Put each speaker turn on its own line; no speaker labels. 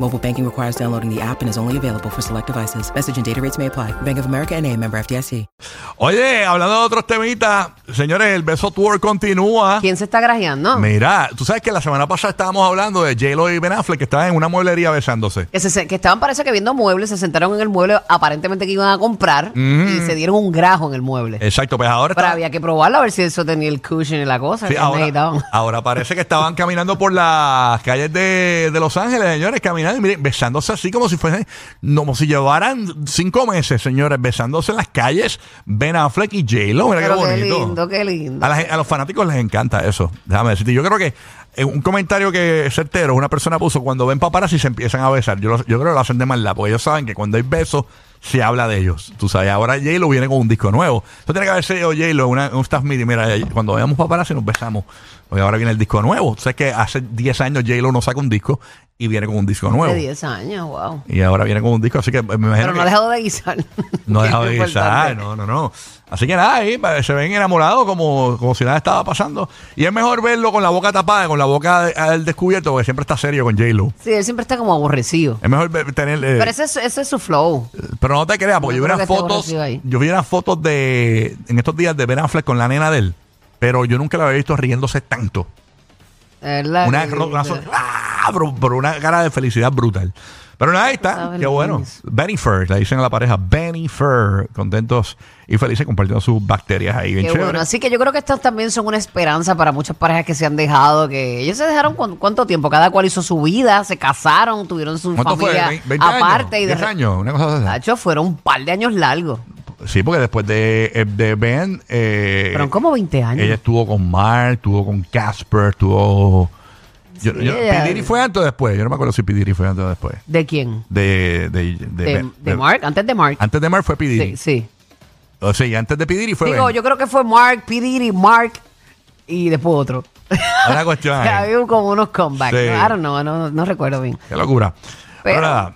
Mobile banking requires downloading the app and is only available for select devices. Message and data rates may apply. Bank of America and a member FDIC.
Oye, hablando de otros temitas, señores, el beso tour continúa.
¿Quién se está grajeando?
Mira, tú sabes que la semana pasada estábamos hablando de J-Lo y Ben Affleck que estaban en una mueblería besándose.
Que, se- se- que estaban, parece que viendo muebles, se sentaron en el mueble aparentemente que iban a comprar y se dieron un grajo en el mueble.
Exacto, pues ahora
Pero
está-
había que probarlo a ver si eso tenía el cushion y la cosa.
Sí,
que necesitaban.
ahora, ahora parece que estaban caminando por las calles de, de Los Ángeles, señores, caminando y miren, besándose así como si fuesen, como si llevaran cinco meses, señores, besándose en las calles Ben Affleck y J-Lo. Mira
Pero
qué
qué
bonito. Ah,
lindo, qué lindo.
A, la gen- a los fanáticos les encanta eso. Déjame decirte. Yo creo que eh, un comentario que es certero, una persona puso, cuando ven paparazzi se empiezan a besar. Yo, lo- yo creo que lo hacen de maldad, porque ellos saben que cuando hay besos se habla de ellos. Tú sabes, ahora J-Lo viene con un disco nuevo. Eso tiene que haber sido J-Lo, una- un staff meeting. Mira, eh, cuando veamos paparazzi nos besamos. Porque ahora viene el disco nuevo. Tú sabes que hace 10 años J-Lo no saca un disco y viene con un disco
De
nuevo.
10 años, wow.
Y ahora viene con un disco, así que eh, me imagino
Pero no
que-
ha dejado de guisar.
no
Qué
dejaba de guisar,
importante.
no, no, no. Así que nada, ahí pa- se ven enamorados como, como si nada estaba pasando. Y es mejor verlo con la boca tapada, con la boca de- al descubierto, porque siempre está serio con J-Lo.
Sí, él siempre está como aborrecido.
Es mejor ver- tener. eh,
Pero ese es, ese es su flow.
pero no te creas, porque
No
yo vi
creo
unas
que esté
fotos.
aborrecido ahí.
Yo vi unas fotos de. En estos días de Ben Affleck con la nena de él. Pero yo nunca la había visto riéndose tanto.
Es la-
Una, una sonrisa, ¡ah! pero, pero una cara de felicidad brutal. Pero nada, ahí
Tú
está.
sabes
Qué
lo que
bueno.
es.
Benny Fur, le dicen a la pareja Benny Fur. Contentos y felices compartiendo sus bacterias ahí. Bien
Qué
chévere.
bueno. Así que yo creo que estas también son una esperanza para muchas parejas que se han dejado, que ellos se dejaron cu- cuánto tiempo, cada cual hizo su vida, se casaron, tuvieron su
¿Cuánto fue?
familia
¿Vein- ¿20
aparte
años?
y de
10 años, una cosa así.
Tacho, fueron un par de años largos.
Sí, porque después de, eh, de Ben, eh,
Fueron como 20 años.
ella estuvo con Mark, estuvo con Casper, estuvo... Yo,
Sí,
yo-
ella-
P. Diddy fue antes o después. Yo no me acuerdo si P. Diddy fue antes o después.
¿De quién?
De, de, de,
De,
Ben-
de
de-
Mark, antes de Mark.
Antes de Mark fue P. Diddy.
Sí, sí.
O sea, y antes de P. Diddy fue
Digo,
Ben.
yo creo que fue Mark, P. Diddy, Mark y después otro.
Una cuestión ahí.
Había como unos comebacks.
Sí.
Claro, no, I don't know, no, no recuerdo bien.
Qué locura.
Pero
Ahora,